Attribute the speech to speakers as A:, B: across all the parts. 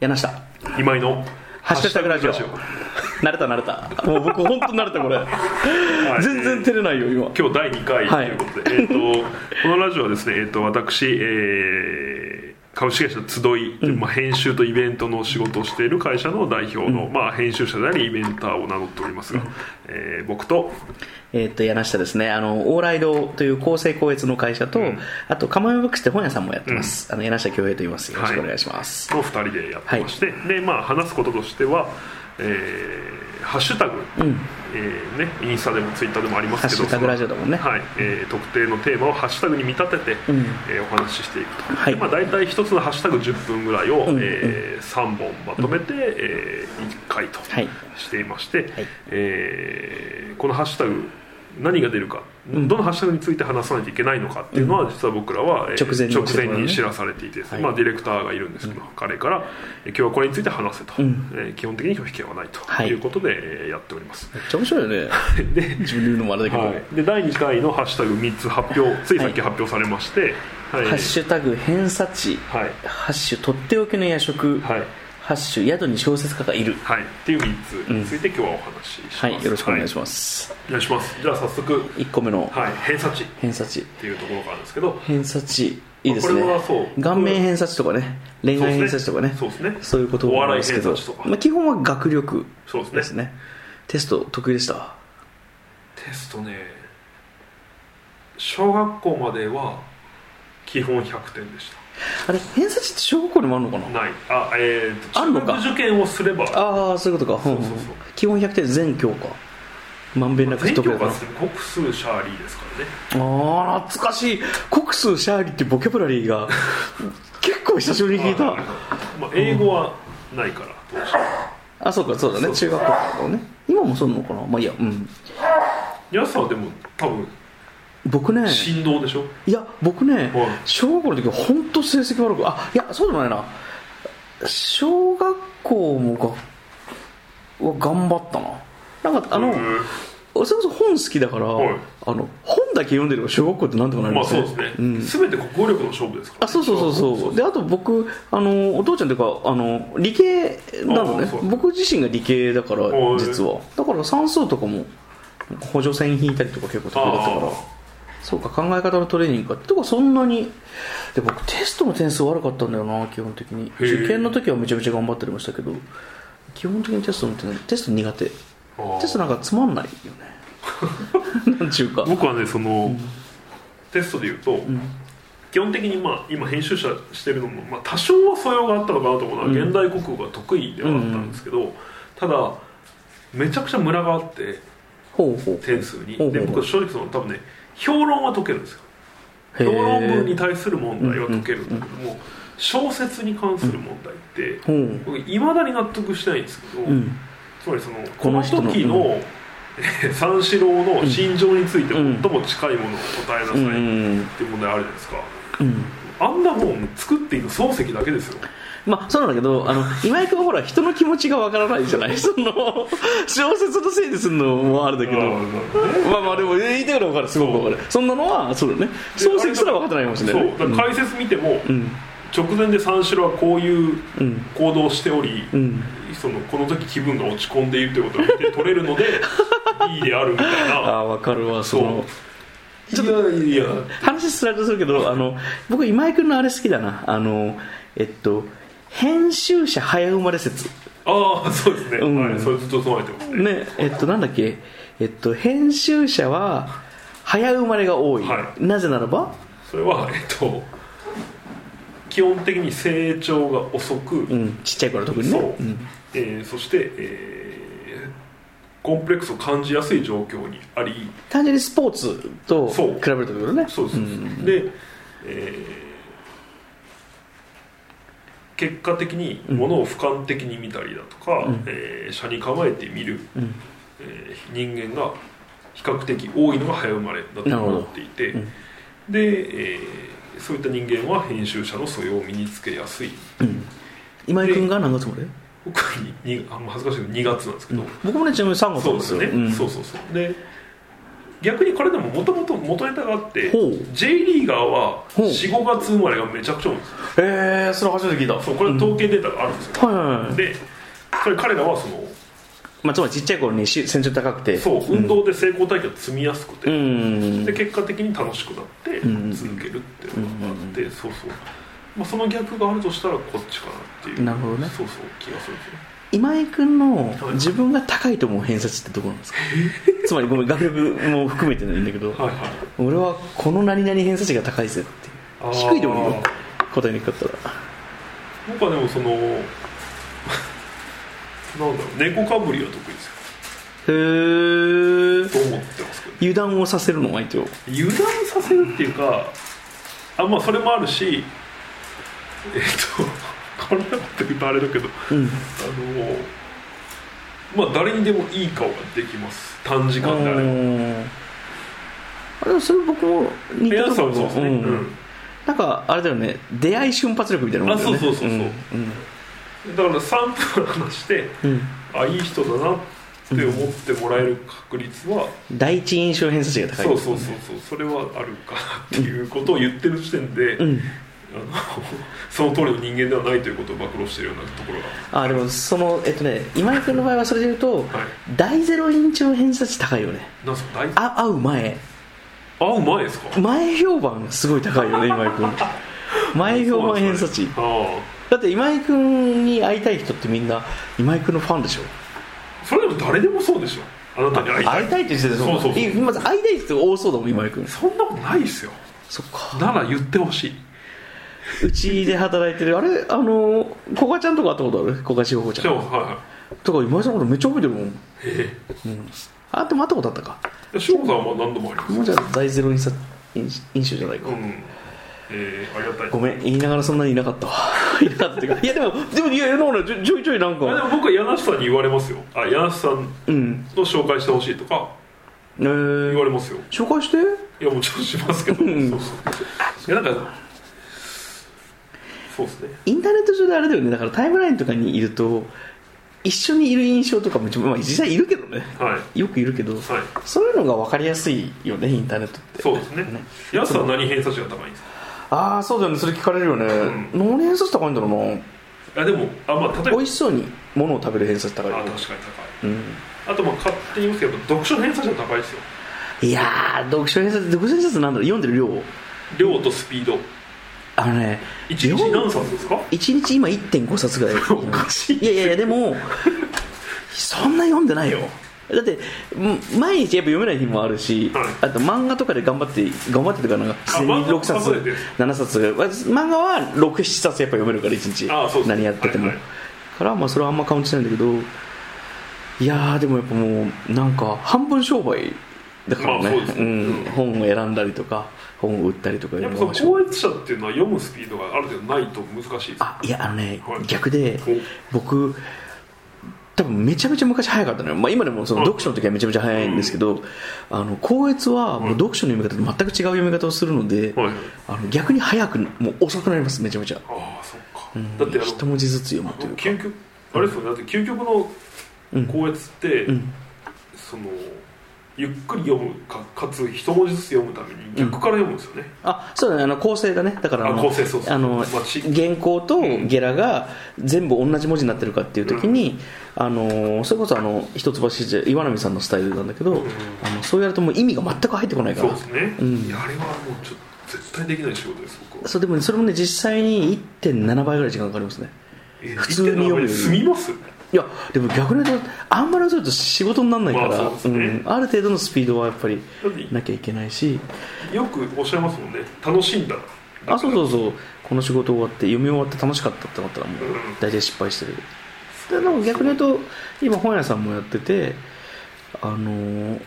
A: 柳下
B: 今井の
A: ハッシュタグラジオ慣れた慣れたもう僕本当慣れたこれ、全然照れないよ今
B: 今日第2回と
A: はい
B: いうことで、えー、と このラジオはですね、えー、と私、えー株式会社集い、まあ、編集とイベントの仕事をしている会社の代表の、まあ、編集者でありイベンターを名乗っておりますが、えー僕と
A: えーっと柳下ですねあの往来堂という厚生光悦の会社と、あと釜山ブックスって本屋さんもやってます、あの柳下恭平と言いますよろしくお願いします、
B: の2人でやってまして、でまあ、話すこととしては、えーハッシュタグ、えーね、インスタでもツイッターでもありますけど
A: ハッシュタグラジオだもんね
B: そのはいえー特定のテーマをハッシュタグに見立てて、えーお話ししていくと、
A: はい
B: でまあ、大体1つのハッシュタグ10分ぐらいを、
A: んうん
B: え3本まとめて、え1回と
A: はい
B: していまして、えーこのハッシュタグ何が出るか、どのハッシュタグについて話さないといけないのかっていうのは、実は僕らは、えー
A: 直前に
B: 直前に知らされていてですね、
A: はい
B: まあ、ディレクターがいるんですけど、彼からえ今日はこれについて話せと、
A: ん
B: えー基本的に拒否権はないと
A: はい
B: いうことで、えーやっております
A: めっちゃ面白いよね
B: で,、
A: 自分で言うのもあれだけど、
B: はい、で第2回のハッシュタグ3つ発表ついさっき発表されましてはい
A: ハッシュタグ偏差値、
B: はい
A: ハッシュとっておきの夜食、
B: はい
A: ハッシュ宿に小説家がいる
B: はい、っていう3つについて今日はお話しします、
A: はいよろしくお願いし
B: ま
A: ます、
B: す、はいお願いしますじゃあ早速、
A: 1個目の
B: はい、偏差値っ
A: 偏差値、
B: ていうところからですけど
A: 偏差値いいですね
B: これはそう
A: 顔面偏差値とかね恋愛偏差値とかね
B: そうですねそうですね
A: そういうことなんですけ
B: お
A: ど
B: 笑い偏差値とか
A: まあ、基本は学力
B: そうですね
A: ですねテスト得意でした
B: テストね小学校までは基本100点でし
A: あ
B: た
A: れ偏差値って小学校にもあるのかな
B: ないあえーと
A: あんのか
B: 中学受験をすれば
A: ああそういうことかうんうん
B: そうそうそう
A: 基本100点全教科まんべんなく
B: 全
A: 一
B: 教
A: 部
B: 科
A: やな
B: っつっても国数シャーリーですからね
A: ああ懐かしい国数シャーリーってボキャブラリーが結構久しぶりに聞い た
B: まあ、英語はないから当時
A: あそうかそうだね中学校からのね今もそうなのかなまあいいやうん
B: 皆さんはでも多分
A: 僕ね
B: 振動でしょ、
A: いや僕ね
B: はい
A: 小学校の時は本当成績悪くあいやそうでもないな小学校もがは頑張ったななんかあの、
B: うん
A: 俺それこそ本好きだから、
B: はい
A: あの本だけ読んでれば小学校ってなんとかなり
B: ま
A: ま
B: あ
A: す
B: そう
A: ね,、
B: ですね、
A: ん、
B: 全て国語力の勝負ですから、
A: あそうそうそうそうであと僕あのお父ちゃんというかあの理系なの
B: あ
A: ね
B: そう
A: 僕自身が理系だから
B: はい
A: 実はだから算数とかもなんか補助線引いたりとか結構得意だったから
B: あー
A: そうか考え方のトレーニングかとかそんなにで僕テストの点数悪かったんだよな基本的に
B: へー
A: 受験の時はめちゃめちゃ頑張ってましたけど基本的にテストの点テスト苦手テ
B: あー
A: ストなんかつまんないよねなんちゅうか
B: 僕はねその、テストで言うと、基本的に、まあ、今編集者してるのも、まあ、多少は素養があったのかなと思うのは、現代国語が得意ではあったんですけど、ただめちゃくちゃムラがあって
A: ほうほう
B: 点数に
A: ほうほう
B: で僕は正直その多分ね評論は解けるんですよ
A: へ
B: 評論文に
A: ー
B: 対する問題は解けるんだけども、小説に関する問題って
A: ほう
B: 僕いまだに納得してないんですけど、
A: うん
B: つまりその
A: こ
B: こ
A: の
B: の
A: 人の
B: 時の、えー 三四郎の心情について最
A: うん
B: も近いものを答えなさい
A: うんう
B: っ
A: ん
B: ていう問題あるじゃないですか、
A: うん
B: あんなもん作っているの漱石だけですよ
A: まあそうなんだけどあの今井君はほら人の気持ちがわからないじゃ ないその小説のせいにするのもあるだけど
B: あー
A: まあまあでも言いたいことは分かるすごく分かるそんなのはそうだね漱石すら分かってないかもしれないね
B: そうだから解説見ても、
A: うん
B: 直前で三四郎はこういう
A: うん
B: 行動をしており、
A: うん
B: そのこの時気分が落ち込んでいるということを見て取れるので いいであるみたい
A: あ
B: な
A: あ分かるわその
B: ちょっといやいや
A: 話スライドするけどあの僕今井君のあれ好きだなあのえっと編集者早生まれ説
B: ああそうですね、
A: うん
B: はい、それずっと備えてますね
A: ねえっとなんだっけえっと編集者は早生まれが多い、
B: は
A: なぜならば
B: それはえっと基本的に成長が遅く、
A: うんちっちゃい頃特にね
B: そう、
A: ん
B: えーそして、えーコンプレックスを感じやすい状況にあり
A: 単純にスポーツと比
B: そう
A: べるところね
B: そうです、
A: ん
B: で、えー結果的にものを俯瞰的に見たりだとか、えー斜に構えて見る、えー人間が比較的多いのが早生まれだ
A: なる
B: と
A: ほど
B: 思っていて、
A: うん
B: で、えーそういった人間は編集者の素養を身につけやすい
A: 今井君が何月生まれ
B: 僕はににあんま恥ずかしいけど2月なんですけど、
A: 僕もねちなみに3月
B: そ
A: 生
B: う
A: まれ
B: ですね、
A: ん
B: そうそうそうで逆にこれでももともと元ネタがあって
A: ほう
B: J リーガーは
A: ほう
B: 45月生まれがめちゃくちゃ多いんですよ
A: えー、それ初めて聞いた
B: そうこれは統計データがあるんですよ、
A: はいはいはい、
B: でそれ彼らはその
A: まあ、つまりちっちゃい頃にし身長高くて
B: そう運動で成功体験を積みやすくて、
A: うん
B: で結果的に楽しくなって
A: ん
B: 続けるっていうのがあって、そうそう、まあ、そのギャップがあるとしたらこっちかなっていう
A: なるほどね
B: そうそう気がするんですよ
A: 今井君の
B: はい
A: 自分が高いと思う偏差値ってどこなんですかつまりごめん学力も含めてなんだけど、
B: はいはい
A: 俺はこの何々偏差値が高いぜっていう
B: あー
A: 低いでもいいよ答えにくかったら
B: 僕はでもその なんだろう猫かぶりは得意ですよ
A: へえ
B: と思ってますけど
A: 油断をさせるの相手を
B: 油断させるっていうかあまあそれもあるしえっとこんなこと言うとあれだけど
A: うん
B: あのまあ誰にでもいい顔ができます短時間であれば
A: あでもそれ僕も似て
B: 皆
A: た
B: さ
A: と
B: んも
A: 思
B: そうですね、
A: ん
B: うん
A: なんかあれだよね出会い瞬発力みたいなもんだよね
B: あそうそうそうそう
A: うん
B: だから3分話して
A: うん
B: あいい人だなって思ってもらえる確率は、
A: うん第一印象偏差値が高い
B: そうそうそうそうそれはあるかなっていうことを言ってる時点で、
A: うん
B: あのその通りの人間ではないということを暴露しているようなところ
A: あでもそのえっとね今井君の場合はそれで言うと、
B: がはい
A: 第ゼロ印象偏差値高いよね
B: なんすか大
A: あ会う前
B: あうまいですか
A: 前評判すごい高いよね今井君 前評判偏差値
B: あ
A: だって今井君に会いたい人ってみんな今井君のファンでしょ
B: あそれでも誰でもそうでしょあなたに会いたい
A: 会いたいって言ってた
B: そうそうそう
A: いまず会いたい人が多そうだもん今井君
B: そんなことないですよ
A: そっか
B: なら言ってほしいう
A: ちで働いてるあれあの古賀ちゃんとか会ったことある古賀志保ち
B: じ
A: ゃ
B: ゃあ
A: ん
B: はいはい
A: とか今井さんのことめっちゃ覚えてるもん
B: え
A: あでも会ったことあったか
B: えしょうさんは何度もあります
A: もうじゃあ第ゼロ印刷印印象じゃないか、
B: うんえー、ありがたい
A: ごめん言いながらそんなにいなかったわ いなかったっていうかいやでもでもいやいやなんかちょちょいちょいなん
B: あで
A: か
B: も僕は柳瀬さんに言われますよあ柳瀬さん
A: うん
B: の紹介してほしいとか
A: えー
B: 言われますよ
A: 紹介して
B: いやもちろんしますけど
A: ん
B: そうそういやなんかそうですね
A: インターネット上であれだよねだからタイムラインとかにいると一緒にいる印象とかも、まあ、実際いるけどね
B: はい
A: よくいるけど
B: はい
A: そういうのが分かりやすいよねインターネットって
B: そうですね
A: ね
B: 柳瀬さんは何偏差値が高いんですか
A: ああそうだよねそれ聞かれるよね、
B: う
A: 何偏差値高いんだろうな
B: あでもあまあ例え
A: 美
B: ば
A: 味しそうに物を食べる偏差値高い
B: あ
A: よ
B: 確
A: ね
B: かに高い
A: うん
B: あとまあ勝手に言いますけど読書偏差値が高いですよ
A: いやー読書偏差値読書偏差値なんだろう読んでる量
B: 量とスピード
A: あのね
B: 一日何冊ですか
A: 1日今1.5冊ぐらい
B: おかしい
A: いやいやいやでもそんな読んでないよだってうん毎日やっぱ読めない日もあるし、
B: はい
A: あと漫画とかで頑張って頑張ってとかなんか自然に
B: 漫画
A: 6冊
B: 数えてる
A: 7冊私漫画は67冊やっぱ読めるから1日
B: あそうです
A: 何やってても、
B: はいはい
A: からまあそれはあんまカウントしないんだけどいやーでもやっぱもうなんか半分商売だからね,、
B: まあそうですね
A: ん、本を選んだりとか本を売ったりとか
B: やっぱその
A: 商売
B: 高越者っていうのは読むスピードがある程度ないと難しいです
A: あいやあのね、
B: はい
A: 逆で
B: お
A: 僕多分めちゃめちゃ昔早かったのよ、まあ、今でもその
B: うん
A: 読書の時はめちゃめちゃ早いんですけど、あの高越はもう読書の読み方と全く違う読み方をするので、
B: はいはい
A: あの逆に早くもう遅くなりますめちゃめちゃ、
B: ああそっか、
A: うん
B: だってあの
A: 一文字ずつ読むというか
B: 究極あれですよねだって究極の
A: うん
B: 高越って、
A: うん
B: そのゆっくり読むかかつ一文字ずつ読むために逆から読むんですよね、
A: あそうだねあの構成がねだからあの
B: あ構成そうそう
A: あの
B: まあち
A: 原稿とゲラが全部同じ文字になってるかっていう時に、あのそれこそあの一橋じゃ岩波さんのスタイルなんだけど、
B: ん
A: あのそうやるともう意味が全く入ってこないか
B: そう
A: ら
B: ですね、
A: うん
B: いやあれはもうちょっと絶対できない仕事です僕は
A: そうでもねそれもね実際に1.7倍ぐらい時間かかりますね
B: え
A: 普通に読むより
B: 一手の名前で済みます
A: いやでも逆に言うとあんまりそうると仕事にならないから、
B: まあそうですね
A: ん、ある程度のスピードはやっぱり
B: だっ
A: なきゃいけないして
B: よくおっしゃいますもんね楽しんだ
A: あそう
B: う
A: そうそうこの仕事終わって読み終わって楽しかったって思ったらもう
B: うん
A: 大体失敗してるででも逆に言うと今本屋さんもやっててあのー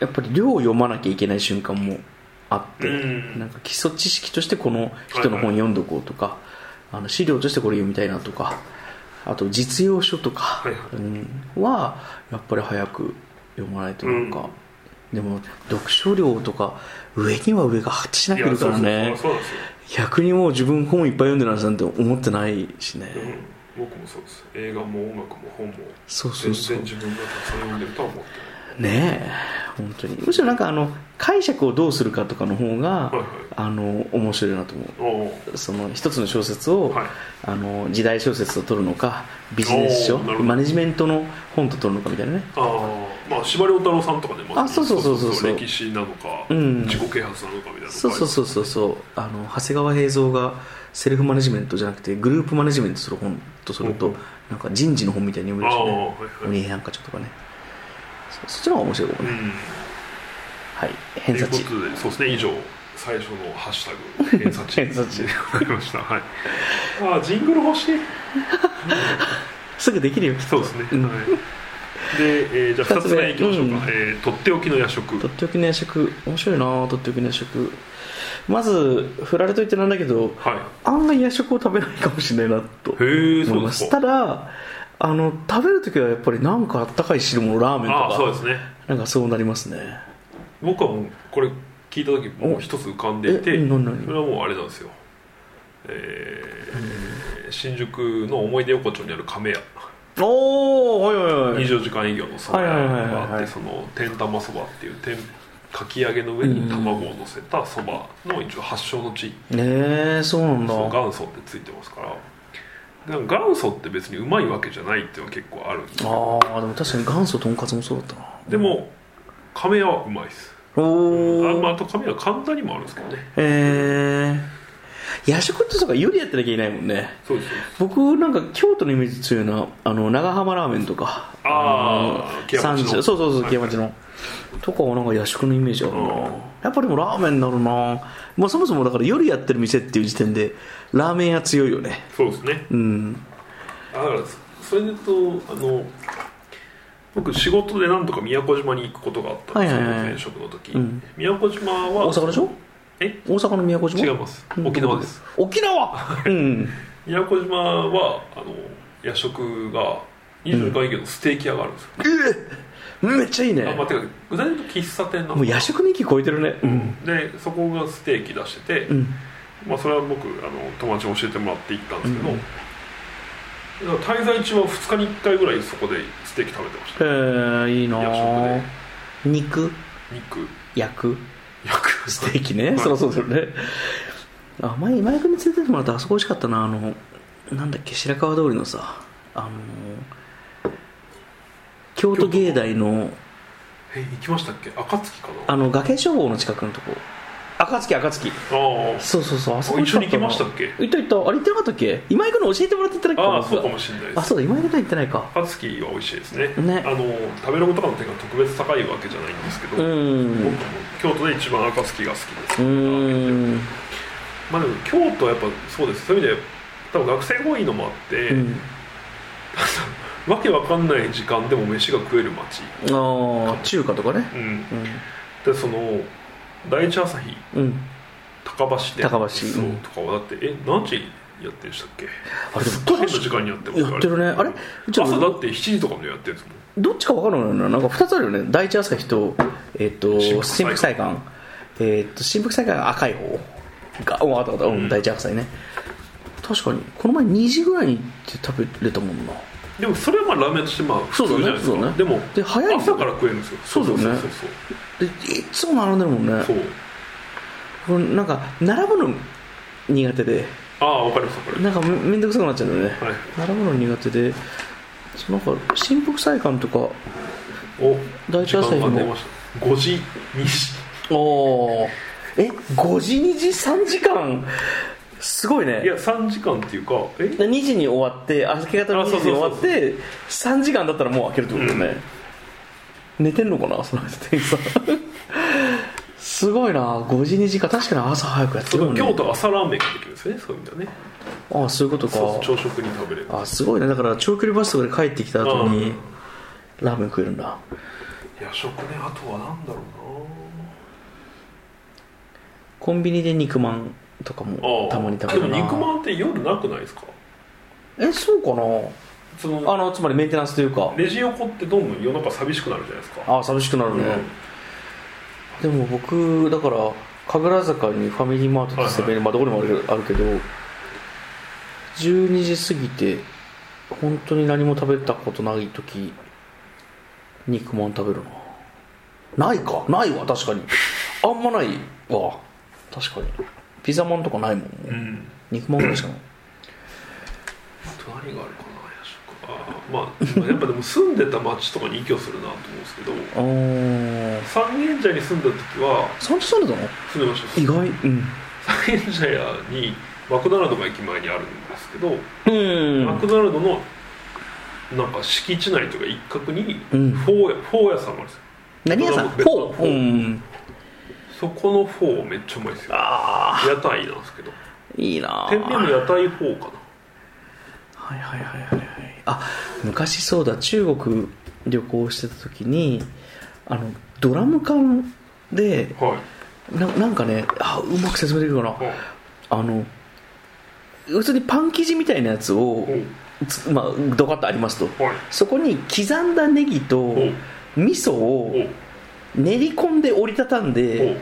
A: やっぱり量を読まなきゃいけない瞬間もあって、
B: うん
A: なんか基礎知識としてこの人の本読んどこうとか、あの資料としてこれ読みたいなとかあと実用書とか、
B: はいは
A: うん、はやっぱり早く読まないとなんか、でも読書量とか上には上が発達しないくて
B: や
A: る
B: そ
A: か
B: う
A: ら
B: そうそう
A: ね
B: そうなんですよ
A: 逆にもう自分本いっぱい読んでるなんて思ってないしね、
B: うん僕もそうです映画も音楽も本も
A: そうそ
B: 全
A: うそう
B: 然自分がたくさん読んでるとは思って
A: ねえ本当にむしろなんかあの解釈をどうするかとかの方が
B: いはい
A: あの面白いなと思う
B: おう
A: その一つの小説を、
B: はい
A: あの時代小説と取るのかビジネス書
B: おーなるほど
A: マネジメントの本と取るのかみたいなね
B: あーまあ司馬遼太郎さんとかでも
A: あそうそうそうそう
B: 歴史なのか、
A: うん
B: 自己啓発なのかみたいな
A: そうそうそうそうそうあの長谷川平蔵がセルフマネジメントじゃなくてグループマネジメントする本とすると、
B: うん
A: なんか人事の本みたいに読めるし
B: ああ
A: ね
B: はいはい
A: 鬼平犯科帳とかねそそっちの方が面白いかも
B: う
A: ね、
B: ん
A: はい
B: と
A: 偏
B: いう
A: 差
B: こ
A: 値
B: とでそうですね以上最初のハッシュタグ偏差値
A: 偏差値
B: でございましたはいああジングル欲しい
A: すぐできるよきっと
B: そうですね、
A: ん
B: はいで、えーじゃあ
A: 二
B: 2
A: つ
B: つ
A: 目
B: 目いきましょうか、
A: うん
B: えーとっておきの夜食
A: とっておきの夜食面白いなとっておきの夜食まず振られといてなんだけど
B: は
A: 案外夜食を食べないかもしれないなと
B: いへえ
A: 思
B: そ
A: いう
B: で
A: ますす
B: か
A: ただあの食べる時はやっぱりなんかあったかい汁物ラーメンと
B: ああそう
A: か
B: ですね
A: なんかそうなりますね
B: 僕はもうこれ聞いた時もう一つ浮かんでい
A: え
B: て
A: 何何
B: それはもうあれなんですよえー新宿の思い出横丁にある亀屋
A: おおはいはいはい
B: 24時間営業のそば屋があってその天玉そばっていう天かき揚げの上に卵を乗せたそばの一応発祥の地
A: ねえそうなんだ
B: そう元祖ってついてますからでも元祖って別にうまいわけじゃないっていうのは結構あるんですよ
A: ああでも確かに元祖とんかつもそうだったな
B: でも亀屋はうまいです
A: お
B: あ,、
A: お、
B: まあ、あと亀屋は神田にもあるんですけどね
A: えー、夜食ってそうか夜やってなきゃいけないもんね
B: そうですそうです
A: 僕なんか京都のイメージ強いのはあの長浜ラーメンとか
B: あー
A: の
B: 木屋町の
A: 三条そうそうそう
B: はい
A: 木屋町の、とかはなんか夜食のイメージあるな
B: うん
A: やっぱりもラーメンになるな、まあ、そもそもだから夜やってる店っていう時点でラーメン屋強いよね
B: そうですね
A: うん
B: あだからそれで言うとあの僕仕事で何とか宮古島に行くことがあったんですよ、
A: はいはいはい
B: 前職の時、
A: ん
B: 宮古島は
A: 大阪でしょ
B: え
A: 大阪の宮古島
B: 違います
A: うん
B: 沖縄です
A: 沖縄うん
B: 宮古島はあの夜食が24時間営業のステーキ屋があるんですよ、
A: えめっちゃいいね
B: あまあ、てか具体的に言うと喫茶店なの
A: もう夜食の域超えてるねうん
B: でそこがステーキ出してて、
A: うん
B: まあ、それは僕あの友達に教えてもらって行ったんですけど、だから滞在中は2日に1回ぐらいそこでステーキ食べてまし
A: え
B: た
A: ー、いいな
B: 夜食
A: 肉
B: 肉
A: 焼く
B: 焼く
A: ステーキね、そりゃそうだよね。あ、前、今井君に連れてってもらったあそこ美味しかったな、あの、なんだっけ、白川通りのさ、あの、京都芸大の、
B: え行きましたっけ暁かな
A: あの、崖消防の近くのとこ。暁、暁。
B: あー
A: そうそうそう、あそこ美味
B: 一緒に
A: かな
B: 行きましたっけ
A: 行った行った、あれ行ってなかったっけ今井君の教えてもらって行ってない
B: あー
A: 僕
B: そう
A: が
B: かもしれないで
A: あ、
B: す
A: そうだ、今井君の行ってないか。
B: 暁は美味しいですね
A: ね
B: あの食べログとかの点が特別高いわけじゃないんですけ
A: う
B: ど、僕も
A: ん。
B: 京都で一番暁が好きで
A: う
B: す、
A: ん。
B: まあ、でも京都はやっぱそうですそういう意味で多分学生が多いのもあって、
A: うん。
B: わけわかんない時間でも飯が食える街、
A: ああ、中華とかね。
B: うん、
A: う
B: でその第一朝日
A: ん。うん。
B: 高橋で
A: 高橋
B: そう
A: うん
B: とかはだってえ何時やってんでしたっけ
A: あれでも
B: すっごい変な時間にやってます
A: やってるねあれちょっと
B: 朝だって7時とかまでやってるんですもん
A: どっちか分からないななんか2つあるよね第一朝日と,、えっと
B: 新
A: 新
B: 福祭
A: 福祭館えっと新福祭館が赤い方がうんあったあった、うん
B: うん
A: 第一朝日ね確かにこの前2時ぐらいに行って食べれたもんな
B: でもそれはまあラーメンとしてまあ普
A: そうだね
B: 通じゃないですか、
A: そうだね
B: でも
A: で早いもんね
B: 朝から食えるんですよ
A: そうだよね
B: そう
A: で
B: そう
A: いつも並んでるもんね
B: そうそ
A: これ
B: う
A: なんか並ぶの苦手で
B: ああ分かります分かり
A: なんかめめんどくさくなっちゃうんだよね、
B: ます
A: 並ぶの苦手でそのなんか新福祭館とか
B: はいお
A: 第一朝日も
B: 時間が出ました5時2時
A: おーえ5時2時3時間すごいね
B: いや3時間っていうかえ
A: で2時に終わって明け方の2時に終わって3時間だったらもう開けるってことだよね、寝てんのかなその人店員さんすごいな5時2時か確かに朝早くやって
B: そ
A: る
B: う
A: もん
B: 京
A: ね
B: 都朝ラーメンができるんですよねそういう意味ではね
A: ああそういうことか
B: そうそう朝食に食べれる
A: あすごいねだから長距離バスとかで帰ってきた後
B: う
A: に
B: ん
A: ラーメン食えるんだ
B: 夜食ねあとはなんだろ
A: コンビニで肉まんとか
B: うなあ
A: も
B: あ
A: たまに食べるな
B: でも肉まんって夜なくないですか
A: えそうかな
B: その
A: あのつまりメンテナンスというか
B: レジ横ってどんどん夜中寂しくなるじゃないですか
A: ああ寂しくなるね、でも僕だから神楽坂にファミリーマートってセブンイレブンまあどこにもあるあるけど12時過ぎて本当に何も食べたことない時肉まん食べるなないかないわ確かにあんまないわ確かにピザマンとかないもんもう
B: うん
A: 肉まんぐらいしかない
B: 何があるかな夜食あーまあやっぱでも住んでた町とかに依拠するなと思うんですけど
A: あー
B: 三軒茶屋に住んだ時は
A: サンチ住んでたの
B: 住んでました
A: 意
B: よ
A: 外うん
B: 三軒茶屋にマクドナルドが駅前にあるんですけど、
A: うん
B: マクドナルドのなんか敷地内というか一角に
A: うん
B: フォー屋フォー屋さんがあるんですよ
A: 何屋さん
B: マクドナ
A: ほ
B: ルド
A: ううん
B: そこのフォーめっちゃうまいですよ
A: あ
B: 屋台なんですけど
A: あいいな
B: 天然の屋台フォーかな
A: はいはいはいはいはいあ昔そうだ中国旅行してた時にあのドラム缶で
B: はい
A: ななんかねあうまく説明できるかな
B: はい
A: あの普通にパン生地みたいなやつを
B: ほう
A: つまあドカッとありますと
B: はい
A: そこに刻んだネギと
B: ほう
A: 味噌
B: ほ
A: を練り込んで折りたたん
B: うほ
A: で
B: う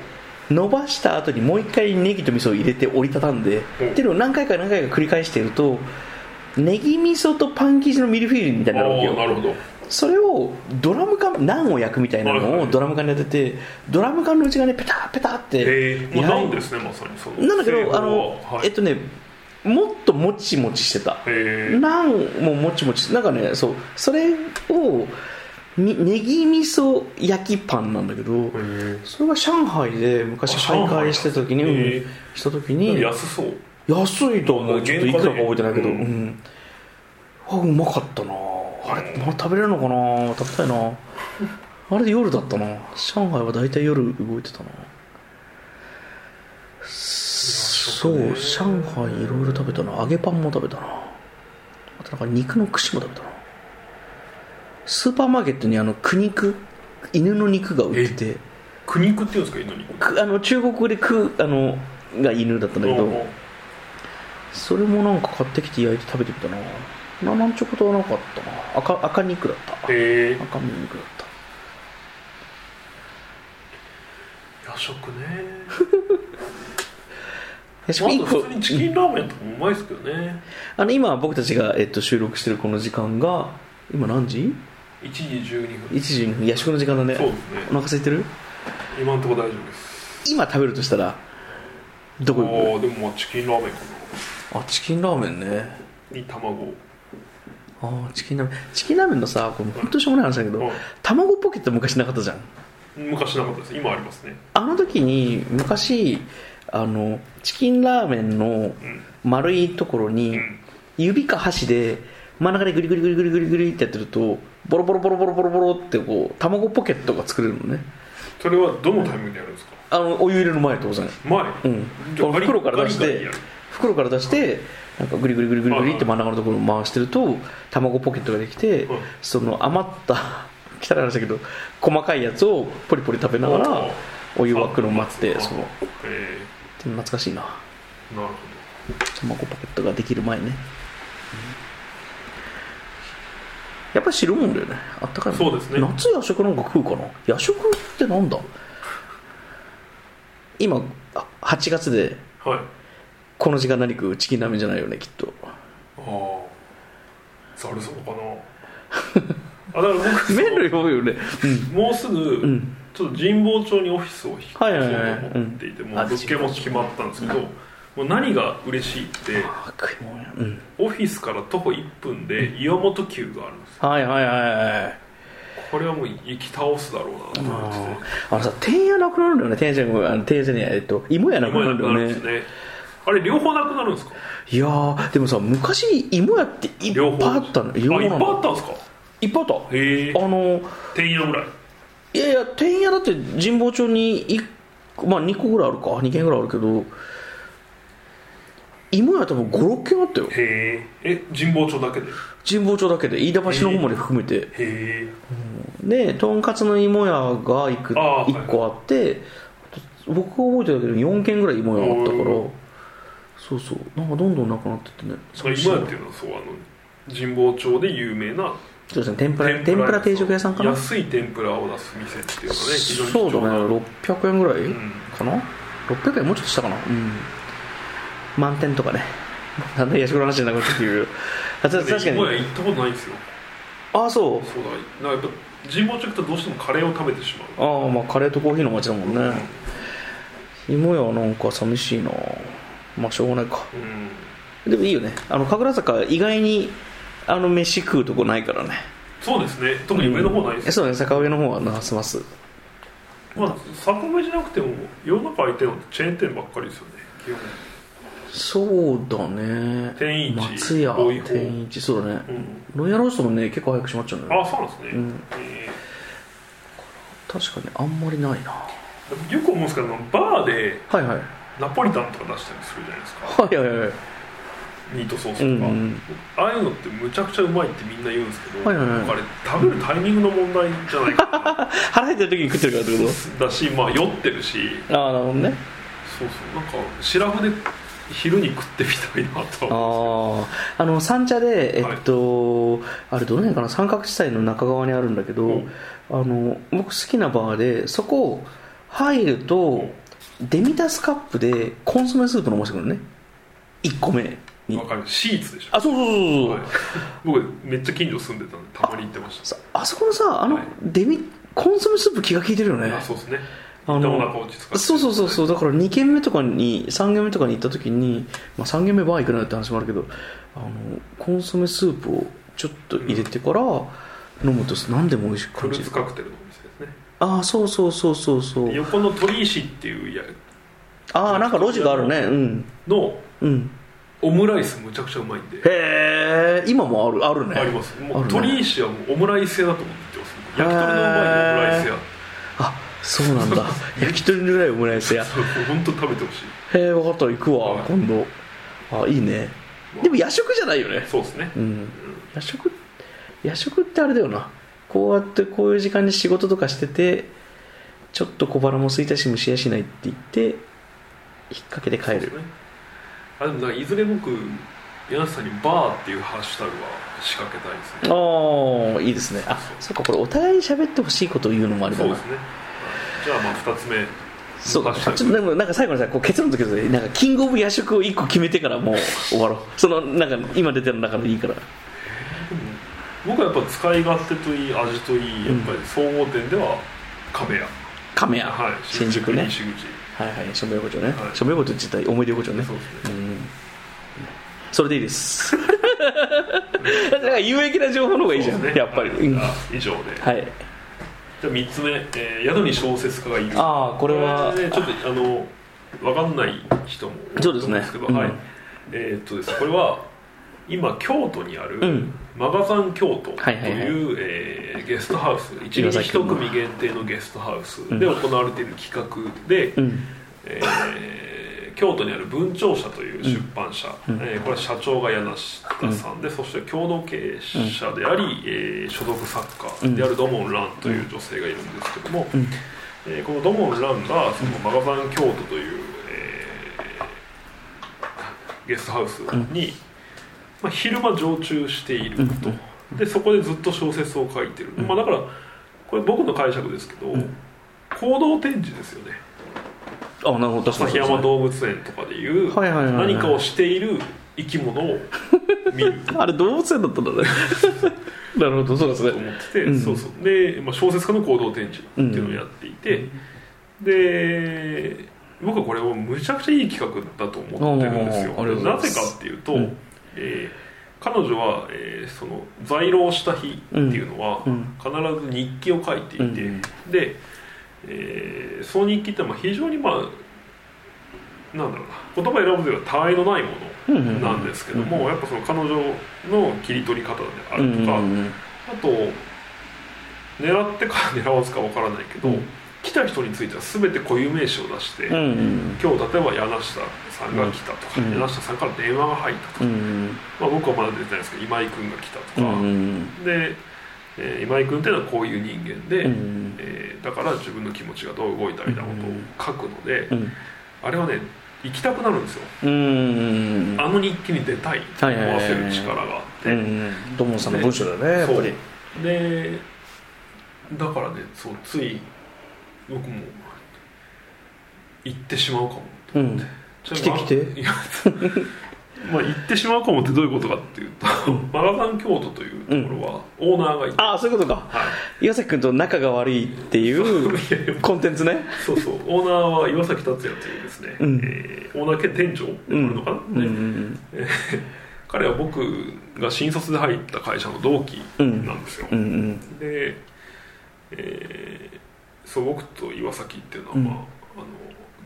A: 伸ばした後にもう一回ネギと味噌を入れて折りたたんでっ
B: うん
A: ていうのを何回か何回か繰り返しているとネギ味噌とパン生地のミルフィーユみたいになるわけ
B: ああなる
A: よ
B: ほど
A: それをドラム缶ナンを焼くみたいな
B: はい
A: の
B: は
A: を
B: い
A: ドラム缶に当ててドラム缶の内側にペタッペタッって
B: ええもうなんですねまさにその
A: なんだけ
B: 製
A: ど
B: 法は
A: あの
B: はい
A: えっとねもっともちもちしてた
B: ええ
A: ナンももちもちなんかねそうそれをみネギ味噌焼きパンなんだけど
B: え
A: それは上海で昔
B: あ
A: 徘
B: 上海
A: 徊してた時に、うん
B: へえ
A: した時
B: え
A: に
B: 安そう
A: 安いと思うち
B: 原価
A: ょっ
B: で
A: といくらか覚えてないけど、う
B: うん
A: あうまかったなあれまだ食べれるのかな食べたいなあれで夜だったな上海は大体夜動いてたなそう
B: い
A: 上
B: や食ね
A: 海いろいろ食べたな揚げパンも食べたなあとなんか肉の串も食べたなスーパーマーケットにあの苦肉犬の肉が売ってて
B: 苦肉っていうんですか犬肉
A: くあの中国語で「く」あのが犬だったんだけ
B: うんう
A: ど
B: ん
A: それもなんか買ってきて焼いて食べてみたなななんちゅうことはなかったな赤赤肉だった
B: ええ
A: 赤身肉だった
B: 夜食ね
A: えしかも
B: ま
A: 一
B: あ
A: 個
B: 普通にチキンラーメンとかもうまいですけどね
A: あの今僕たちが、えっと、収録してるこの時間が今何時
B: 1時12分
A: ?1 時に分夜食の時間だね
B: そうですね
A: お腹空いてる
B: 今のところ大丈夫です
A: 今食べるとしたらどこ行
B: ああでもまあチキンラーメンか
A: くあチキンラーメンね
B: なに卵
A: あーチキンラーメンチキンラーメンのさこれ本当にしょうもない話だけど
B: はい
A: 卵ポケット昔なかったじゃん
B: 昔なかったです今ありますね
A: あの時に昔あのチキンラーメンの
B: うん
A: 丸いところに
B: うん
A: 指か箸で真ん中でグリグリグリグリグリグリってやってるとボロボロボロボロボロボロってこう卵ポケットが作れるのね
B: それはどのタイミングでやるんですか
A: あのお湯入れる前当然
B: 前
A: うん
B: じゃあ
A: この袋から出し
B: ガリガリ
A: て
B: やる
A: 袋から出してなんかグリグリグリグリグリって真ん中のところを回してると卵ポケットができて
B: うん
A: その余った汚い話だけど細かいやつをポリポリ食べながらお湯沸くのを待って
B: あ
A: そう
B: え
A: 懐かしいな
B: えなるほ
A: 卵パケットができる前ねやっぱり汁もんだよねあったかいもん
B: そうですね
A: 夏夜食なんか食うかな夜食ってなんだ今あ8月で
B: どはい
A: この時間何食うチキンラーメンじゃないよねきっと
B: ああざるそばか なあだから僕
A: 麺類多いよねうん
B: もうすぐ、
A: ん
B: ちょっと神保町にオフィスを引っ越
A: はいはいはい
B: そうと思っていて、
A: うん
B: もう物件も決まったんですけど、もう何が嬉しいって
A: あ食い物やうん
B: オフィスから徒歩1分で岩本急があるんですよ
A: はいはいはいはい
B: これはもう行き倒すだろうなと思ってて
A: あのさ天野なくなるんだよね天野じゃないあの天野じゃねええっと芋やなくな
B: 今
A: る
B: なんく
A: だよ
B: なるん
A: ね
B: ですねあれ両方なくなるんですか
A: いやーでもさ昔芋やっていっぱ
B: 両
A: い
B: 方
A: あったの
B: あいっぱい
A: な
B: あ
A: んだ
B: ったんですか
A: いっぱいあった
B: へえ
A: あの
B: 店員ぐらい
A: いやいやてんやだって神保町に一個まあ2個ぐらいあるか2軒ぐらいあるけど芋屋多分56軒あったよ
B: へええ神保町だけでへ
A: 神保町だけで飯田橋の方まで含めて
B: え
A: でとんかつの芋屋がいく
B: あー
A: 1個あってあと僕が覚えてるだけで4軒ぐらい芋屋あったから
B: おー
A: そうそうなんかどんどんなくなってってね
B: その今やっていうのはそうあの神保町で有名な
A: そうですね天ぷら天ぷら定食屋さんかな
B: 安い天ぷらを出す店っていうのはね非常に貴
A: そうだ
B: 重な
A: ね600円ぐらい、
B: うん
A: かな600円もうちょっとしたかなうん満点とかねだんだん八代の話じゃなくなってきてるけどあた確か
B: 芋屋
A: に
B: 行ったことないんですよ
A: ああそう
B: そうだなんかやっぱ神保町行くとどうしてもカレーを食べてしまう
A: ああまあカレーとコーヒーの街だもんね芋屋はなんか寂しいなまあしょうがないか
B: うん
A: でもいいよねあの神楽坂意外にあの飯食うとこないからね
B: そうですね特に上の方ないです、
A: そうね坂上の方はなすます
B: まあ坂上じゃなくても世の中空いてるのってチェーン店ばっかりですよね基本
A: そうだね
B: 天一
A: 松屋
B: 大井郷
A: 天一そうだね
B: うん
A: ロイヤルホストもね結構早く閉まっちゃうんだよね
B: あそうなんですね、
A: うん
B: え
A: 確かにあんまりないなは
B: ーよく思うんですけどバーで
A: いはい
B: ナポリタンとか出したりするじゃないですか
A: はいはいはい
B: ミートソースと
A: う
B: か、
A: んうん
B: ああいうのってむちゃくちゃうまいってみんな言うんですけど、
A: はいはいはい
B: 僕あれ食べるタイミングの問題じゃないかな
A: 腹減ってる時に食ってるからってこ
B: だしまあ酔ってるし
A: とああなるほどね
B: そうそうなんかシラフで昼に食ってみたいなとは
A: あああの三茶でえっと、あれどの辺かな三角地帯の中側にあるんだけど、
B: うん
A: あの僕好きなバーでそこ入るとデミタスカップでコンソメスープ飲ませてくるのね1個目に
B: わかるシーツでしょ
A: あそうそうそうそう、
B: はい僕めっちゃ近所住んでたんでたまに行ってました
A: さあそこのさあの、
B: はい
A: デミコンソメスープ気が利いてるよね
B: あそうですね
A: あ
B: 行
A: の
B: ったお腹落ち着かせて
A: そうそうそうそうだから2軒目とかに3軒目とかに行った時に、まあ、3軒目バー行くなよって話もあるけどあのコンソメスープをちょっと入れてから飲むと何でも美味しく
B: フ
A: 感
B: ル
A: じ
B: ー
A: る
B: ツカクテルのお店ですね
A: ああそうそうそうそうそ
B: で
A: う
B: 横の鳥石っていうや
A: ああなんか路地があるねうん
B: の
A: うん
B: オムライスむちゃくちゃうまいんで
A: へえ今もあるあるね
B: ありますも
A: ある
B: う
A: ね
B: 鳥石はもうオムライス屋だと思ってます焼き鳥のうまいオムライス屋
A: あそうなん だ焼き鳥ぐらいオムライスや
B: そうそう本当食べてほしい
A: へえ分かった行くわ
B: はい
A: 今度あいいねでも夜食じゃないよね
B: そうですね
A: うん夜食夜食ってあれだよなこうやってこういう時間に仕事とかしててちょっと小腹も空いたし虫やしないって言って引っ掛けて帰
B: そう
A: る
B: ですねあでもなんかいずれ僕柳瀬さんにバーっていうハッシュタグは仕掛けたいですね
A: ああいいですねあそっかこれお互いに喋ってほしいことを言うのもありだ
B: そう
A: な
B: ですねじゃあまあ2つ目
A: そうか
B: ハッシ
A: ち
B: ュ
A: ょっ
B: タ
A: と
B: グ
A: でもなんか最後にさこう結論だけどなんかキングオブ夜食を1個決めてからもう終わろうそのなんか今出てる中でいいから
B: 僕はやっぱ使い勝手といい味といいやっぱり総合店では亀屋
A: 亀屋、
B: はい
A: 新宿ね
B: 西口
A: はいはい署名横丁ね、
B: はい
A: 署名横丁自体思い出横丁ね
B: そうです
A: う
B: ね
A: んそれでいいですだから有益な情報の方がいいじゃん、
B: そうですね
A: やっぱり、
B: は
A: うん
B: い
A: は
B: あ以上で
A: い
B: じゃあ3つ目、えー宿に小説家がいる
A: ああこれは
B: ねちょっとあの分かんない人も多い
A: そうですね
B: と思
A: うん
B: んはいえーっとですねこれは今京都にある、
A: うん
B: マガザン京都という、
A: はいはいはい
B: えーゲストハウス一
A: 岩
B: 日
A: 崎
B: 一組限定のゲストハウスで行われている企画で、
A: うん
B: えー京都にある文庁社という出版社、えーこれは社長が柳下さんで、そして共同経営者であり、えー所属作家である土門蘭という女性がいるんですけども、
A: ん
B: えーこの土門蘭がそのマガザン京都という、えーゲストハウスに、まあ、昼間常駐していると、でそこでずっと小説を書いてる、まあ、だからこれ僕の解釈ですけど、行動展示ですよね
A: あなるほど確かに
B: 旭山動物園とかでいう
A: はいはいはいはい
B: 何かをしている生き物を見る
A: あれ動物園だったんだねなるほどそうです
B: と
A: ね
B: 思ってて、
A: うん
B: そうそうで、まあ、小説家の行動展示っていうのをやっていて、で僕はこれをむちゃくちゃいい企画だと思ってるんですよ
A: おーありがとうござい
B: な
A: ます
B: ぜかっていうと、
A: うん
B: えー彼女は、えーその在廊した日っていうのは、
A: うん
B: 必ず日記を書いていて、
A: うん
B: で、えーその日記ってまあ非常にまあなんだろうな言葉選ぶでは他愛のないも
A: うんうんう
B: の
A: ん
B: なんですけども、やっぱその彼女の切り取り方であ
A: う
B: る
A: ん
B: と
A: うん
B: か、
A: うん
B: あと狙ってか狙わずかわからないけど、
A: うん
B: 来た人については全て固有名詞を出して、
A: うんうん
B: 今日例えば柳下さんが来たとか、
A: うん
B: 柳下さんから電話が入ったとか、
A: うん
B: まあ、僕はまだ出てないですけど今井君が来たと
A: う
B: か、
A: ん
B: で、えー今井君っていうのはこういう人間で、
A: うん
B: えーだから自分の気持ちがどう動いたみたいなことを書くので、
A: うん
B: あれはね行きたくなるんですよ
A: うん
B: あの日記に出たいと思わせる力があって。
A: うん土門さんの文章だよねやっぱり
B: そうでだからねそうつい僕も行ってしまうかも
A: うん
B: ちなみに
A: 来て来
B: いや まあ、行ってしまうかもってどういうことかっていうと マガザン京都というところはオーナーがいて、
A: ああそういうことか、岩崎君と仲が悪いっていう
B: そういやいや
A: コンテンツね
B: そうそうオーナーは岩崎達也というですね、
A: ん
B: えーオーナー兼店長ってなるのかな、
A: うんう
B: ね
A: ん
B: えー彼は僕が新卒で入った会社の同期なんですよ、
A: うんうん
B: で、えー、そう僕と岩崎っていうのは、まああの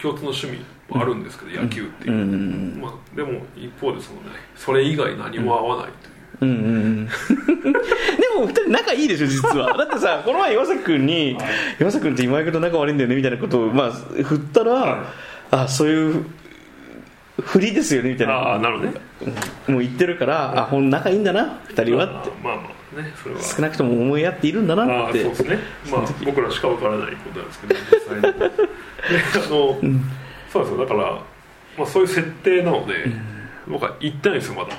B: 共通の趣味はあるんですけど、野球っていうう、
A: んうん
B: まあ、でも一方でその、ね、それ以外何も合わないという、
A: うんうんうん でも2人仲いいでしょ実 はだってさこの前岩崎君に「岩崎君って今井君と仲悪いんだよね」みたいなことをまあ振ったら、
B: はい
A: あそういう振りですよねみたい
B: ああ
A: な
B: なるほどね
A: もう言ってるから、あほん仲いいんだな2人は
B: あ
A: って
B: ーまあまあねそれは
A: 少なくとも思い合っているんだ
B: あ
A: な
B: あ
A: っ
B: そう
A: て
B: ですねまあ僕らしかわからないことなんですけど実際にで あの、そうですよだから、まあ、そういう設定なので、僕は行ってないんですよまだ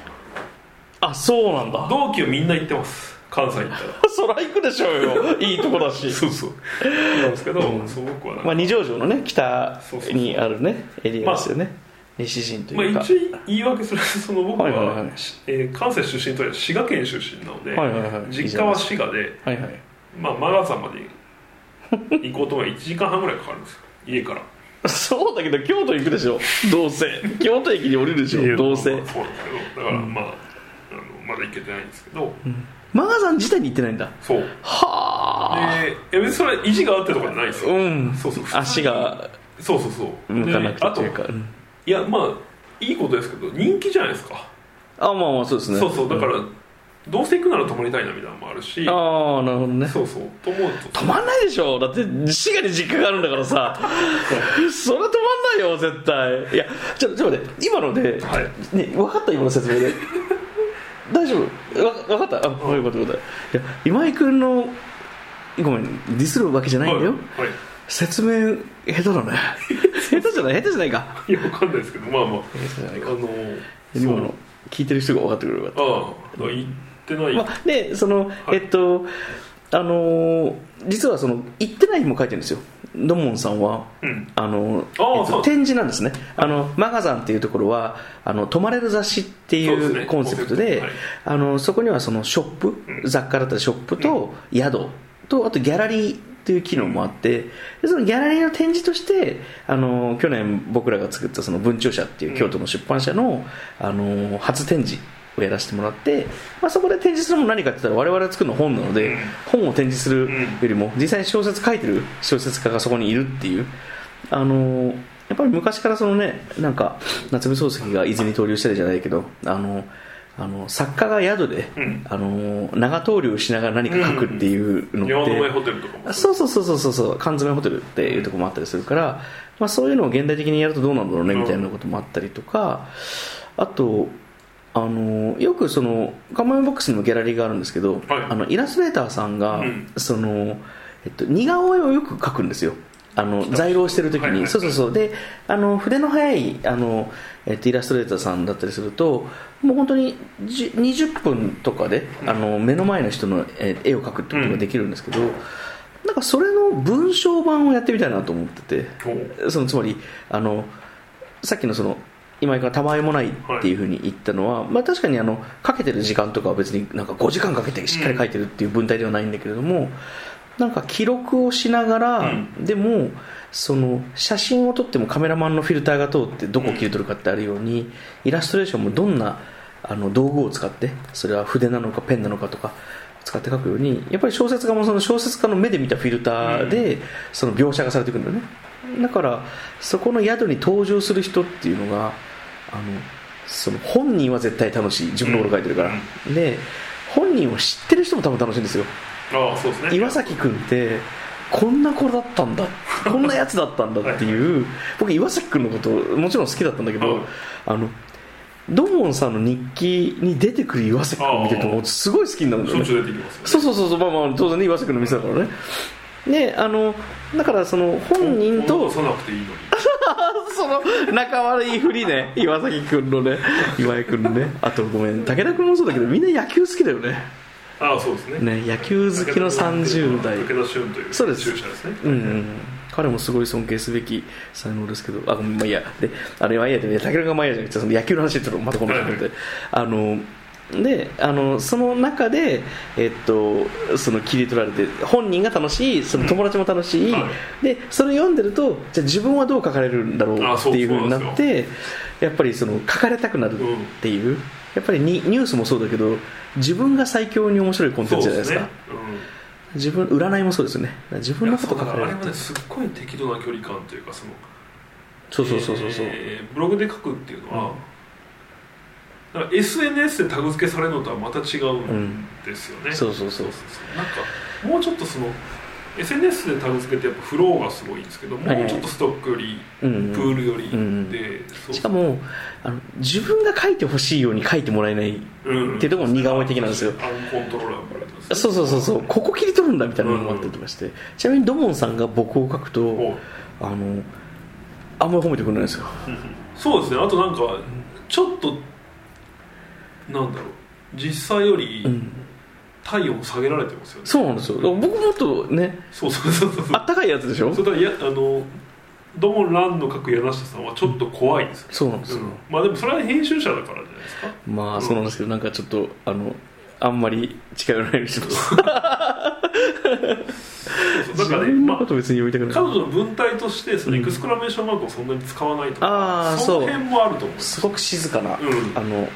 A: あそうなんだ
B: 同期はみんな行ってます関西行ったら
A: そら行くでしょうよ いいとこだし
B: そうそうなんですけど、そう僕はなんか
A: まあ、二条城のね北
B: そうそうそう
A: にあるねエリアですよね、西陣と
B: まあ、
A: いうか、
B: 一応言い訳する とその僕は,、
A: はいはいはい
B: えー関西出身とはいえ滋賀県出身なので、
A: はいはいはい
B: 実家は滋賀で、
A: はいはい
B: まあ、マラさんまで行こうと思えば1時間半ぐらいかかるんですよ家から
A: そうだけど京都行くでしょどうせ京都駅に降りるでしょどう
B: ま
A: せ
B: あそうなんですけどだから、まああのまだ行けてないんですけど、
A: マガさん自体に行ってないんだ
B: そうで
A: はあ
B: いや別にそれ意地があってとかじゃないですよ、
A: うん
B: そうそう普通に
A: 足が
B: そうそうそう
A: 向かなく
B: で
A: て
B: あ
A: と
B: と
A: いうかうん
B: いやまあいいことですけど人気じゃないですか、
A: あまあまあそうですね
B: そうそうだから、どうせ行くなら泊まりたいなみたいなのもあるし
A: ああなるほどね
B: そうそうと思うと
A: 止まんないでしょだって滋賀に実家があるんだからさそれ止まんないよ絶対いやちょちょっと待って今ので、
B: はい
A: ね、分かった今の説明 で大丈夫わ分かったあ分かった分かったいや今井君のごめんディスるわけじゃないんだよ、
B: はい、は
A: 説明下手だね 下手じゃない下手じゃないか
B: い、いやわかんないですけどまあまあ
A: 手じゃない
B: あ
A: か
B: のそう
A: 今の聞いてる人が分かってくれるか
B: ああだから行ってない、
A: まあ、でその、
B: はい
A: えっとあのー実はその行ってない日も書いてるんですよドモンさんは、
B: うん
A: あの
B: あー
A: えっと
B: そう
A: 展示なんですねあのマガザンっていうところはあの泊まれる雑誌って
B: そうで
A: い
B: す
A: う
B: ね
A: コンセプトで
B: コンセプ
A: あのそこにはそのショップ、雑貨だったりショップと宿とあとギャラリーという機能もあって、でそのギャラリーの展示としてあの去年僕らが作ったその文潮社っていう京都の出版社の,、あの初展示をやらせてもらって、まあ、そこで展示するのも何かって言ったら我々が作るのは本なので、
B: うん
A: 本を展示するよりも実際に小説書いてる小説家がそこにいるっていうあのやっぱり昔からそのねなんか夏目漱石が伊豆に投留してるじゃないけどあのあの作家が宿で、
B: うん
A: あの長投留しながら何か書くっていうのって、
B: 山の上ホテルとかも
A: そうそうそうそうそうそう缶詰ホテルっていうところもあったりするから、まあ、そういうのを現代的にやるとどうなんだろうね
B: うん
A: みたいなこともあったりとか、あとあのよくそのカモメボックスにもギャラリーがあるんですけど、あのイラストレーターさんが、
B: うん
A: その、えっと、似顔絵をよく描くんですよあの在廊してる時に、
B: はいはい
A: そうそうそうであの筆の速いあの、えっと、イラストレーターさんだったりするともう本当にじゅ20分とかで、あの目の前の人のえ絵を描くってことができるんですけど、なんかそれの文章版をやってみたいなと思ってて
B: ほう
A: そのつまりあのさっきのその今井君がたまえもないっていうふうに言ったのは、まあ、確かにあのかけてる時間とかは別になんか5時間かけてしっかり書いてるっていう文体ではないんだけれども、なんか記録をしながら、
B: うん
A: でもその写真を撮ってもカメラマンのフィルターが通ってどこを切り取るかってあるように、イラストレーションもどんなあの道具を使ってそれは筆なのかペンなのかとか使って書くようにやっぱり小説家もその小説家の目で見たフィルターで、その描写がされてくるんだよねだからそこの宿に登場する人っていうのがあのその本人は絶対楽しい自分のこと書いてるから、で本人を知ってる人も多分楽しいんですよ
B: ああそうですね
A: 岩崎君ってこんな子だったんだこんなやつだったんだっていう僕岩崎君のこともちろん好きだったんだけど、
B: うん
A: あのドモンさんの日記に出てくる岩崎君見てると
B: あー
A: もうすごい好きになるんだ
B: し
A: よ
B: ょっ
A: ね
B: ちゅう出てきますよね
A: そうそうそうそうまあまあ当然ね岩崎君の店だからねねあのだからその本人と
B: 落とさなくていいのに
A: その仲悪いふりね岩崎君のね今井君のねあとごめん武田君もそうだけどみんな野球好きだよね
B: ああそうですね
A: ね、野球好きの30代
B: 武田俊という
A: そう
B: 注
A: です
B: 射ですね
A: うんうん、彼もすごい尊敬すべき才能ですけど、あ、ごめんまあ、いいや、で、あれ、まあ、いいやで、武田がまあ、いいやじゃなくて、その野球の話ちょっとまたこの辺で、あの、で、あの、その中で、えっと、その切り取られて、本人が楽しい、その友達も楽しい、
B: はい
A: で、それを読んでると、じゃあ自分はどう書かれるんだろう
B: あ
A: っ
B: そう
A: ていうふうにな
B: そうな
A: っ
B: んで
A: て、やっぱりその書かれたくなるっていう、やっぱりニニュースもそうだけど、自分が最強に面白いコンテ
B: そ
A: ン
B: う
A: ツじゃないで
B: で
A: すす
B: ね
A: か。自分占いもそうですよね自
B: うん
A: 分の
B: いや
A: こと
B: そう
A: 書
B: だか
A: かられ
B: あ
A: る
B: れはねすっごい適度な距離感というかその
A: そうそうそうそうそう、
B: えーブログで書くっていうのは、なんか SNS でタグ付けされるのとはまた違うんですよね、
A: そうそうそう
B: なんかもうちょっとその SNS でタグ付けってやっぱフローがすごいんですけどもうちょっとストックより、
A: うん
B: プールよりで、
A: うん
B: そう
A: しかもあの自分が書いてほしいように書いてもらえない
B: うん
A: っていうところも荷が重い的なんですよ
B: アンコントローラーもらえますね
A: そうそうそうそうここ切り取るんだみたいなのもあったりとかして、ちなみにドモンさんが僕を書くと、
B: お
A: あのあんまり褒めてくれないんですよ
B: そうですねあとなんかちょっとなんだろう実際より
A: うん
B: 体温下げられてますよね、
A: そうなんですよだから僕もっとね
B: そうそうそうそう
A: あったかいやつでしょ
B: それだからやあのドモンランの書く柳下さんはちょっと怖いんですよ、
A: そうなんです
B: う
A: よ、
B: んまあでもそれは編集者だからじゃないですか
A: ま
B: う
A: あ
B: ん
A: そうなんですけどなんかちょっとあのあんまり近寄らないようにしま す
B: そうそう
A: 自
B: だからね、
A: 分の
B: ま
A: こ
B: あ、
A: と別に読みたくない
B: 彼女の文体としてその
A: う
B: エ
A: ん
B: クスクラメーションマークをそんなに使わないと
A: あー
B: か、そ
A: そ
B: の
A: う
B: 辺もあると思う
A: すごく静かな、
B: うん
A: あの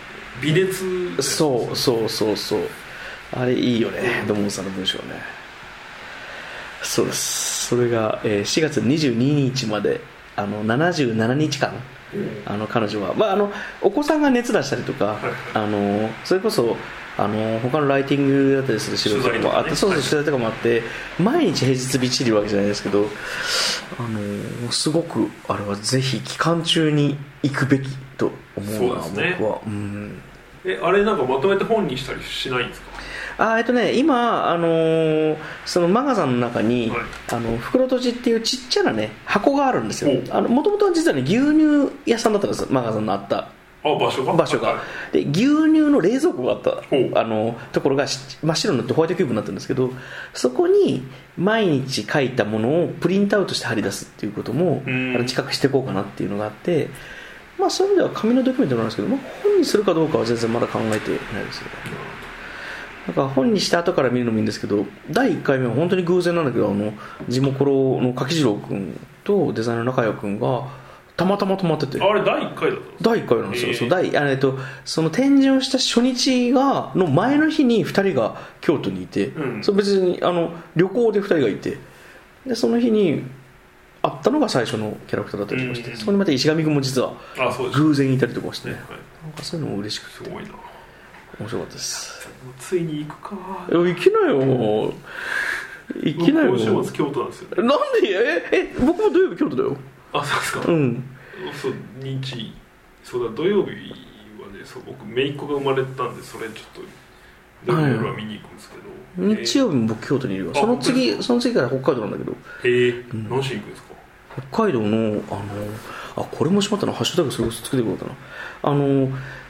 B: 微熱
A: そうそうそうそうあれいいよね土門さんの文章ねそうですそれが、えー4月22日まであの77日間
B: う、うん
A: あの彼女は、まあ、あのお子さんが熱出したりとかあのそれこそあの他のライティングだったりする仕事とかもあって
B: 取材とかね
A: そうそう
B: はい
A: 取材とかもあって毎日平日びっちりいるわけじゃないですけどあのすごくあれはぜひ期間中に行くべきと思うな
B: そうですね
A: 僕は。うん
B: えあれなんかまとめて本にしたりしないんですか
A: あえっとね、今、あのーそのマガザンの中に、
B: はい
A: あの袋とじっていうちっちゃな、ね、箱があるんですよ
B: お
A: もともとは実は、ね、牛乳屋さんだったんですよマガザンのあった
B: あ場所が
A: 場所
B: は
A: がで牛乳の冷蔵庫があ
B: ほう
A: ったあのところがし真っ白になってホワイトキューブになってるんですけどそこに毎日書いたものをプリントアウトして貼り出すっていうこともあ
B: うん
A: の近くしていこうかなっていうのがあって、まあ、そういう意味では紙のドキュメントなんですけど、まあ、本にするかどうかは全然まだ考えてないですよ
B: い
A: なんか本にした後から見るのもいいんですけど第1回目は本当に偶然なんだけどあの地元の柿次郎君とデザイナーの中谷君がたまたま泊まってて
B: あれ第一回だったんですか
A: 第1回なんですよ、
B: えー
A: そう第あえっと、その展示をした初日がの前の日に2人が京都にいて、
B: うん
A: そう別にあの旅行で2人がいてでその日に会ったのが最初のキャラクターだったりとかして、
B: うん
A: そこにまた石上君も実は
B: あそうです
A: 偶然いたりとかして、
B: ね、は
A: なん
B: い、
A: かそういうのも嬉しくて
B: すごいな
A: 面白かったです
B: ついに行くか
A: いや行きなよ行きなよ
B: 僕今週末京都なんですよね
A: なんでええ僕も土曜日京都だよ
B: あそうですか
A: うん
B: そう日そうだ土曜日はねそう僕姪っ子が生まれたんでそれちょっと
A: はい
B: 夜は見に行くんですけど、
A: 日曜日も僕京都にいるよ
B: あ
A: その
B: 本当です
A: 次その次から北海道なんだけど
B: へえ何しに行くんですか、
A: 北海道のあのあこれもしまったなハッシュタグそれこそ作ってくれたなあの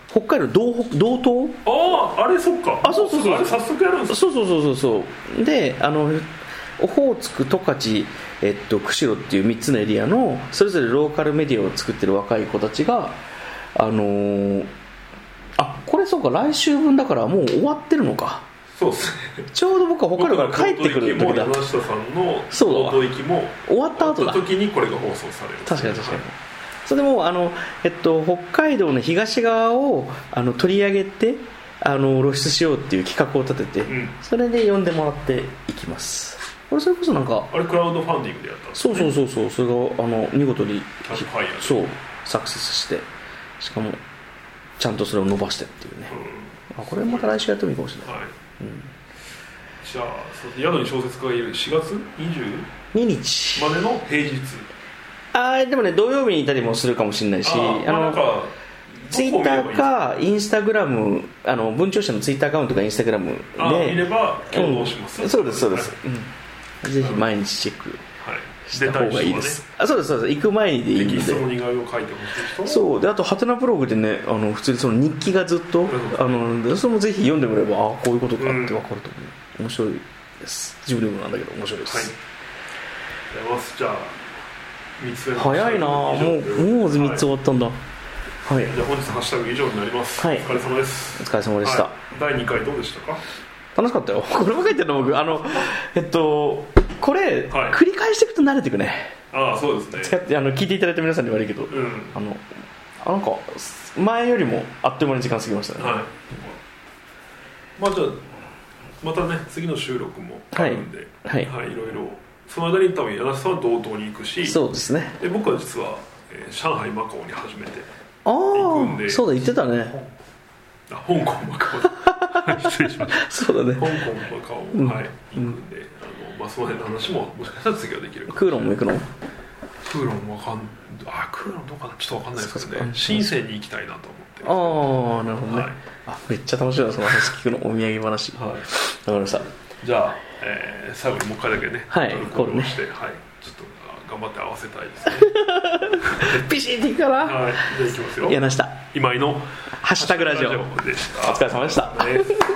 A: 北海道道北道東
B: あああれそっか
A: あそうそうそう
B: っかあれ早速やるんですか
A: そうそうそうそうそうであのオホーツク十勝、えっと、釧路っていう3つのエリアのそれぞれローカルメディアを作ってる若い子たちがあのーあこれそうか来週分だからもう終わってるのか
B: そうですね
A: ちょうど僕は北海道から帰ってくる
B: 僕
A: 時
B: の
A: だ
B: 京都行きも山下さんの
A: そうだわ
B: 京都行きも
A: 終わった後
B: 終わ
A: だ
B: った時にこれが放送される
A: 確かに確かにそれでもあの、えっと、北海道の東側をあの取り上げてあの露出しようっていう企画を立てて、
B: うん
A: それで呼んでもらっていきますこれそれこそなんか
B: あれクラウドファンディングでやったんです
A: そうそうそうそうそれがあの見事に
B: キャッチファイヤー
A: そうサクセスしてしかもちゃんとそれを伸ばしてっていうね
B: う
A: あこれまた来週やってもいいかもしれ
B: ん
A: な
B: はい、じゃあそう宿に小説家がいる4月20
A: い2日
B: までの平日
A: あーでもね土曜日にいたりもするかもしれないし
B: ーまあなんか
A: ツイッターかインスタグラムあの文潮社のツイッターアカウントかインスタグラム
B: あ見れ
A: で
B: ば共同します、
A: うんそうですそうです、うんぜひ毎日チェック
B: はい、
A: した方がいいです、あそうですそうです行く前でいい
B: テ
A: ん
B: キストの
A: で
B: 似顔絵を描いてほしい人
A: そうであとハテナブログでねあの普通にその日記がずっとあのでそれもぜひ読んでもらえばあこういうことかって分かると思う、面白いです自分でもなんだけど面白いです、
B: はいありがとうございますじゃあ3つ目の
A: 早いなも
B: ハッシュタグ以上と
A: うも
B: い
A: う3
B: ことで
A: つ終わったんだはい、
B: じゃあ本日ハッシュタグ以上になります、
A: はい
B: お疲れ様です
A: お疲れ様でした、
B: はい第2回どうでしたか
A: 楽しかったよ これも書いてるの僕あのえっとこれ、
B: はい
A: 繰り返していくと慣れていくね
B: ああそうで す
A: 使
B: ね
A: ってあの聞いていただいた皆さんに悪いけど、
B: うん
A: あのあなんか前よりもあっという間に時間過ぎましたね
B: はいまあじゃあまたね次の収録もあるんで
A: は
B: はいい、いろいろその間に多分柳田さんは道東に行くし
A: そうですね
B: で僕は実は、えー上海マカオに初めて
A: あ
B: 行くん
A: あ
B: で
A: そうだ言ってたね
B: あ香港マカオだはい失礼しました
A: そうだね
B: 香港マカオ、
A: ん
B: はい行くんで、あのまあ、その辺の話ももしかしたら次はできるか
A: クーロンも行くの
B: クーロンわかんあクーロンどうかなちょっとわかんないですけ
A: そ
B: ど
A: う
B: ね
A: か
B: 深センに行きたいなと思っ
A: ああなるほどね、
B: はい
A: あめっちゃ楽しみだその話聞くのお土産話
B: て、
A: わか
B: はい
A: りました
B: じゃあ、えー最後にもう一回だけね、
A: はい
B: アルコールをして、はい、ちょっとあ頑張って合わせたいですね。
A: ピシッていくかな
B: はい、じゃあいきますよ。
A: 柳下
B: 今井の
A: ハッシュタグラジオ
B: ハッシュタグラジオでした。
A: お疲れ様でした
B: ね